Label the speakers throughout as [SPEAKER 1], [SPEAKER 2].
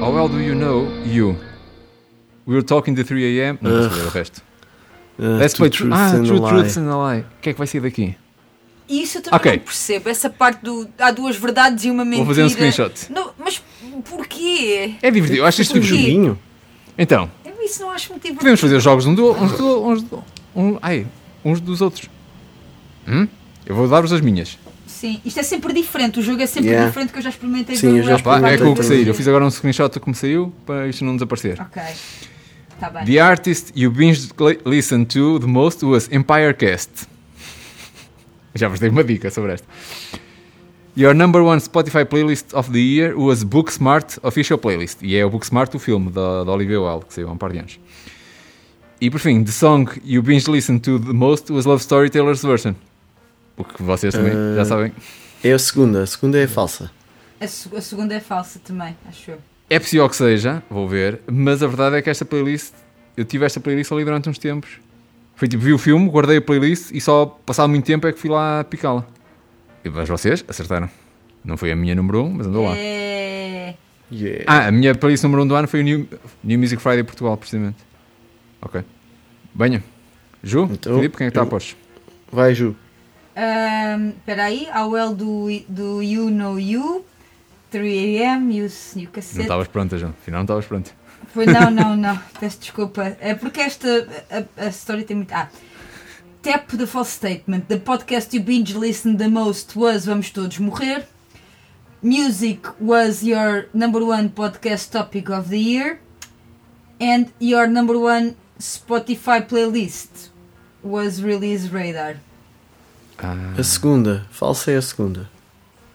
[SPEAKER 1] How well do you know you? We were talking the 3 a.m. Não posso ler o resto.
[SPEAKER 2] Uh,
[SPEAKER 1] Let's
[SPEAKER 2] two
[SPEAKER 1] play
[SPEAKER 2] truths
[SPEAKER 1] Ah,
[SPEAKER 2] and a
[SPEAKER 1] True
[SPEAKER 2] lie.
[SPEAKER 1] Truths and a Lie. O que é que vai sair daqui?
[SPEAKER 3] Isso eu também
[SPEAKER 1] Ok.
[SPEAKER 3] não percebo. Essa parte do. Há duas verdades e uma mentira.
[SPEAKER 1] Vou fazer um screenshot.
[SPEAKER 3] Não, mas porquê?
[SPEAKER 1] É divertido. Eu acho isto
[SPEAKER 2] Isto é um
[SPEAKER 3] Porquê?
[SPEAKER 1] divertido.
[SPEAKER 2] joguinho?
[SPEAKER 1] Então,
[SPEAKER 3] Eu isso não acho muito divertido.
[SPEAKER 1] podemos fazer jogos um do, uns, do, uns, do, um- ai, uns dos outros. Hum? Eu vou dar-vos as minhas.
[SPEAKER 3] Sim, isto é sempre diferente. O jogo é sempre
[SPEAKER 2] Yeah.
[SPEAKER 3] diferente que eu já experimentei.
[SPEAKER 2] Sim,
[SPEAKER 3] ver
[SPEAKER 2] eu já
[SPEAKER 3] lá
[SPEAKER 1] Pá,
[SPEAKER 3] por
[SPEAKER 1] é
[SPEAKER 2] experimentei
[SPEAKER 1] com o que
[SPEAKER 3] várias
[SPEAKER 1] sair. Eu
[SPEAKER 3] vezes.
[SPEAKER 1] fiz agora um screenshot do que me saiu para isto não desaparecer.
[SPEAKER 3] Ok. Está bem.
[SPEAKER 1] The artist you binge listened to the most was Empire Cast. Já vos dei uma dica sobre esta. Your number one Spotify playlist of the year was Booksmart Official Playlist. E é o Booksmart, o filme da, da Olivia Wilde, que saiu há um par de anos. E por fim, the song you binge listened to the most was Love Story Taylor's Version. O que vocês também
[SPEAKER 2] Eh,
[SPEAKER 1] já sabem.
[SPEAKER 2] É a segunda, a segunda é falsa.
[SPEAKER 3] A, seg- a segunda é falsa também, acho eu.
[SPEAKER 1] É possível que seja, vou ver, mas a verdade é que esta playlist, eu tive esta playlist ali durante uns tempos. Foi tipo, vi o filme, guardei a playlist e só passado muito tempo é que fui lá picá-la. E mas vocês acertaram. Não foi a minha número 1, um, mas andou lá.
[SPEAKER 3] É...
[SPEAKER 2] Yeah.
[SPEAKER 1] Ah, a minha playlist número 1 um do ano foi o New, New Music Friday Portugal, precisamente. Ok. Venha. Ju,
[SPEAKER 2] Então,
[SPEAKER 1] Filipe, quem é que está
[SPEAKER 2] eu-
[SPEAKER 1] a pós?
[SPEAKER 2] Vai, Ju.
[SPEAKER 3] Ahm, Espera aí, há o L do, do You Know You, 3am, You, you
[SPEAKER 1] Não
[SPEAKER 3] Cassette.
[SPEAKER 1] estavas pronta, João. Afinal, não estavas pronta.
[SPEAKER 3] Foi, não, não, não, peço desculpa. É porque esta. A, a história tem muito. Ah. Tap the false statement. The podcast you binge listen the most was Vamos Todos Morrer. Music was your number one podcast topic of the year. And your number one Spotify playlist was Release Radar.
[SPEAKER 1] Ah,
[SPEAKER 2] A segunda, falsa é a segunda.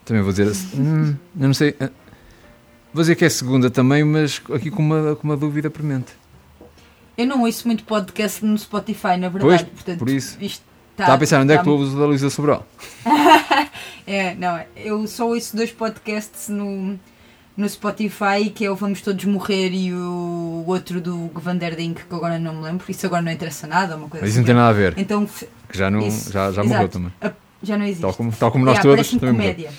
[SPEAKER 1] também vou dizer assim. Hum, eu não sei. ah, Vou dizer que é a segunda também, mas aqui com uma, com uma dúvida premente.
[SPEAKER 3] Eu não ouço muito podcast no Spotify, na
[SPEAKER 1] Pois,
[SPEAKER 3] verdade. Portanto,
[SPEAKER 1] por isso.
[SPEAKER 3] Isto tá-
[SPEAKER 1] Estava a pensar onde é
[SPEAKER 3] tá
[SPEAKER 1] que tu ouves o da Luísa Sobral?
[SPEAKER 3] É, não, eu só ouço dois podcasts no, no Spotify, que é o Vamos Todos Morrer e o outro do Van der Dink, que agora não me lembro, isso agora não interessa nada, uma coisa
[SPEAKER 1] Mas isso não tem nada a ver,
[SPEAKER 3] assim. Então f-
[SPEAKER 1] que já, não,
[SPEAKER 3] isso,
[SPEAKER 1] já, já morreu
[SPEAKER 3] exato.
[SPEAKER 1] também.
[SPEAKER 3] a- já não existe.
[SPEAKER 1] Tal como, tal como nós
[SPEAKER 3] Yeah,
[SPEAKER 1] todos,
[SPEAKER 3] parece-me
[SPEAKER 1] também morreu.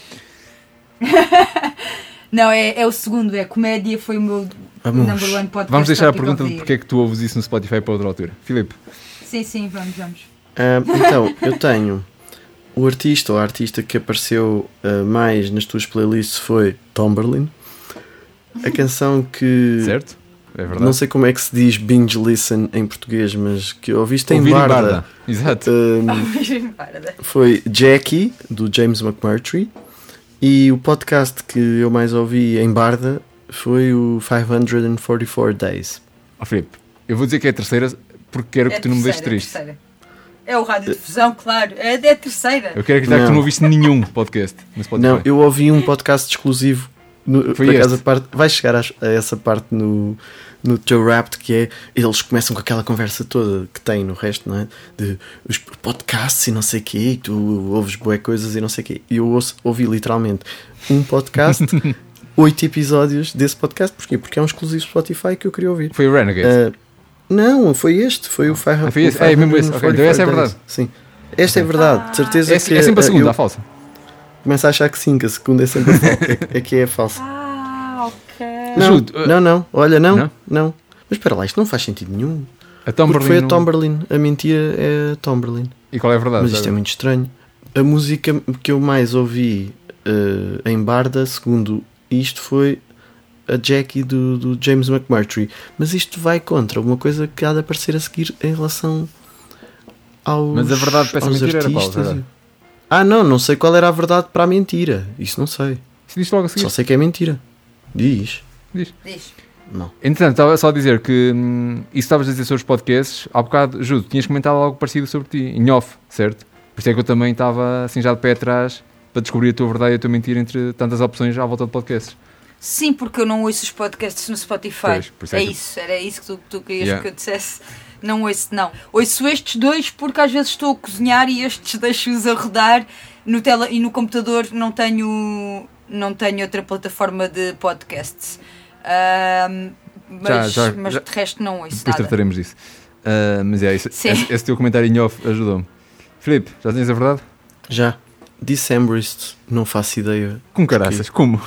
[SPEAKER 3] comédia. não, é, é o segundo, é comédia, foi o meu
[SPEAKER 2] Vamos.
[SPEAKER 3] number one podcast.
[SPEAKER 1] Vamos deixar a
[SPEAKER 3] topic of
[SPEAKER 1] pergunta
[SPEAKER 3] the
[SPEAKER 1] de
[SPEAKER 3] year.
[SPEAKER 1] porque é que tu ouves isso no Spotify para outra altura. Filipe,
[SPEAKER 3] Sim, sim, vamos, vamos.
[SPEAKER 2] Ah, então, eu tenho o artista ou a artista que apareceu ah, mais nas tuas playlists foi Tomberlin. A canção que
[SPEAKER 1] certo? É verdade.
[SPEAKER 2] não sei como é que se diz binge listen em português, mas que ouviste em
[SPEAKER 1] Ouvir em
[SPEAKER 2] Barda,
[SPEAKER 1] Exato.
[SPEAKER 2] ah, foi Jackie do James McMurtry e o podcast que eu mais ouvi em Barda foi o 544 Days.
[SPEAKER 1] Ó Oh, Filipe, eu vou dizer que é a terceira porque quero que
[SPEAKER 3] É
[SPEAKER 1] tu não me deixes
[SPEAKER 3] terceira,
[SPEAKER 1] triste.
[SPEAKER 3] é terceira. É o rádio de fusão, claro. É, é a terceira.
[SPEAKER 1] Eu quero acreditar que tu
[SPEAKER 2] Não.
[SPEAKER 1] não ouviste nenhum podcast no Spotify.
[SPEAKER 2] Não, eu ouvi um podcast exclusivo. No,
[SPEAKER 1] Foi
[SPEAKER 2] por acaso, a
[SPEAKER 1] este.
[SPEAKER 2] parte, vai chegar às- a, essa parte no, no teu rap que é eles começam com aquela conversa toda que tem no resto, não é? De os podcasts e não sei o quê, e tu ouves boé coisas e não sei o quê. E eu ouço- ouvi literalmente um podcast, oito episódios desse podcast, porquê? Porque é um exclusivo Spotify que eu queria ouvir.
[SPEAKER 1] Foi o É Renegade.
[SPEAKER 2] Ah, não, foi este, foi o Ferra.
[SPEAKER 1] Ah, foi esse. É mesmo esse. Ok, então essa é a verdade.
[SPEAKER 2] Sim. Esta é verdade, de certeza
[SPEAKER 1] é,
[SPEAKER 2] que
[SPEAKER 1] é sempre a segunda,
[SPEAKER 2] eu-
[SPEAKER 1] a falsa.
[SPEAKER 2] Começa a achar que sim, que a segunda é sempre a falsa. É- é que é a falsa.
[SPEAKER 3] Ah, ok.
[SPEAKER 2] Não,
[SPEAKER 1] Jude, uh,
[SPEAKER 2] não, não, olha, não,
[SPEAKER 1] não?
[SPEAKER 2] não, Mas espera lá, isto não faz sentido nenhum.
[SPEAKER 1] A Tom
[SPEAKER 2] Porque foi a
[SPEAKER 1] Berlin.
[SPEAKER 2] Tomberlin, a mentira é a Tomberlin.
[SPEAKER 1] E qual é a verdade?
[SPEAKER 2] Mas isto é muito estranho. A música que eu mais ouvi eh, em Barda, segundo isto, foi a Jackie do, do James McMurtry. Mas isto vai contra uma coisa que há de aparecer a seguir em relação aos.
[SPEAKER 1] Mas a verdade para essa
[SPEAKER 2] aos
[SPEAKER 1] mentira era qual,
[SPEAKER 2] artistas.
[SPEAKER 1] Zé?
[SPEAKER 2] Ah, não, não sei qual era a verdade para a mentira. Isso não sei.
[SPEAKER 1] Se diz logo a seguir.
[SPEAKER 2] Só sei que é mentira. Diz.
[SPEAKER 3] Diz.
[SPEAKER 2] Não.
[SPEAKER 1] Entretanto, estava só a dizer que hum, isso que estavas a dizer sobre os podcasts. Há bocado, Judo, tinhas comentado algo parecido sobre ti, em off, certo? Por isso é que eu também estava assim já de pé atrás para descobrir a tua verdade e a tua mentira entre tantas opções à volta de podcasts.
[SPEAKER 3] Sim, porque eu não ouço os podcasts no Spotify.
[SPEAKER 1] Pois, por isso é
[SPEAKER 3] é
[SPEAKER 1] que-
[SPEAKER 3] isso, era isso que tu, tu querias
[SPEAKER 1] Yeah.
[SPEAKER 3] que eu dissesse. Não ouço, não. Ouço estes dois porque às vezes estou a cozinhar e estes deixo-os a rodar no tele e no computador não tenho, não tenho outra plataforma de podcasts. Ahm, mas,
[SPEAKER 1] Já, já,
[SPEAKER 3] mas
[SPEAKER 1] já.
[SPEAKER 3] de resto não ouço
[SPEAKER 1] Depois
[SPEAKER 3] nada.
[SPEAKER 1] trataremos disso. Ah, mas é, isso,
[SPEAKER 3] Sim.
[SPEAKER 1] esse, esse teu comentário em off ajudou-me. Filipe, já tens a verdade?
[SPEAKER 2] Já. Decembrist, não faço ideia.
[SPEAKER 1] Com caraças, como?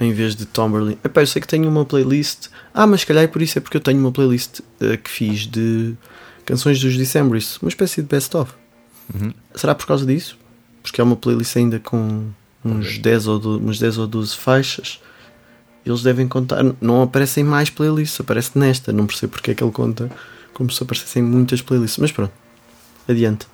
[SPEAKER 2] em vez de Tomberlin. Epá, eu sei que tenho uma playlist. Ah, mas se calhar é por isso, é porque eu tenho uma playlist eh, que fiz de canções dos Decemberists, uma espécie de best-of. Será por causa disso? Porque é uma playlist ainda com uns 10 ou, do- uns 10 ou 12 faixas. Eles devem contar. Não aparecem mais playlists, aparece nesta. Não percebo porque é que ele conta como se aparecessem muitas playlists. Mas pronto, adiante.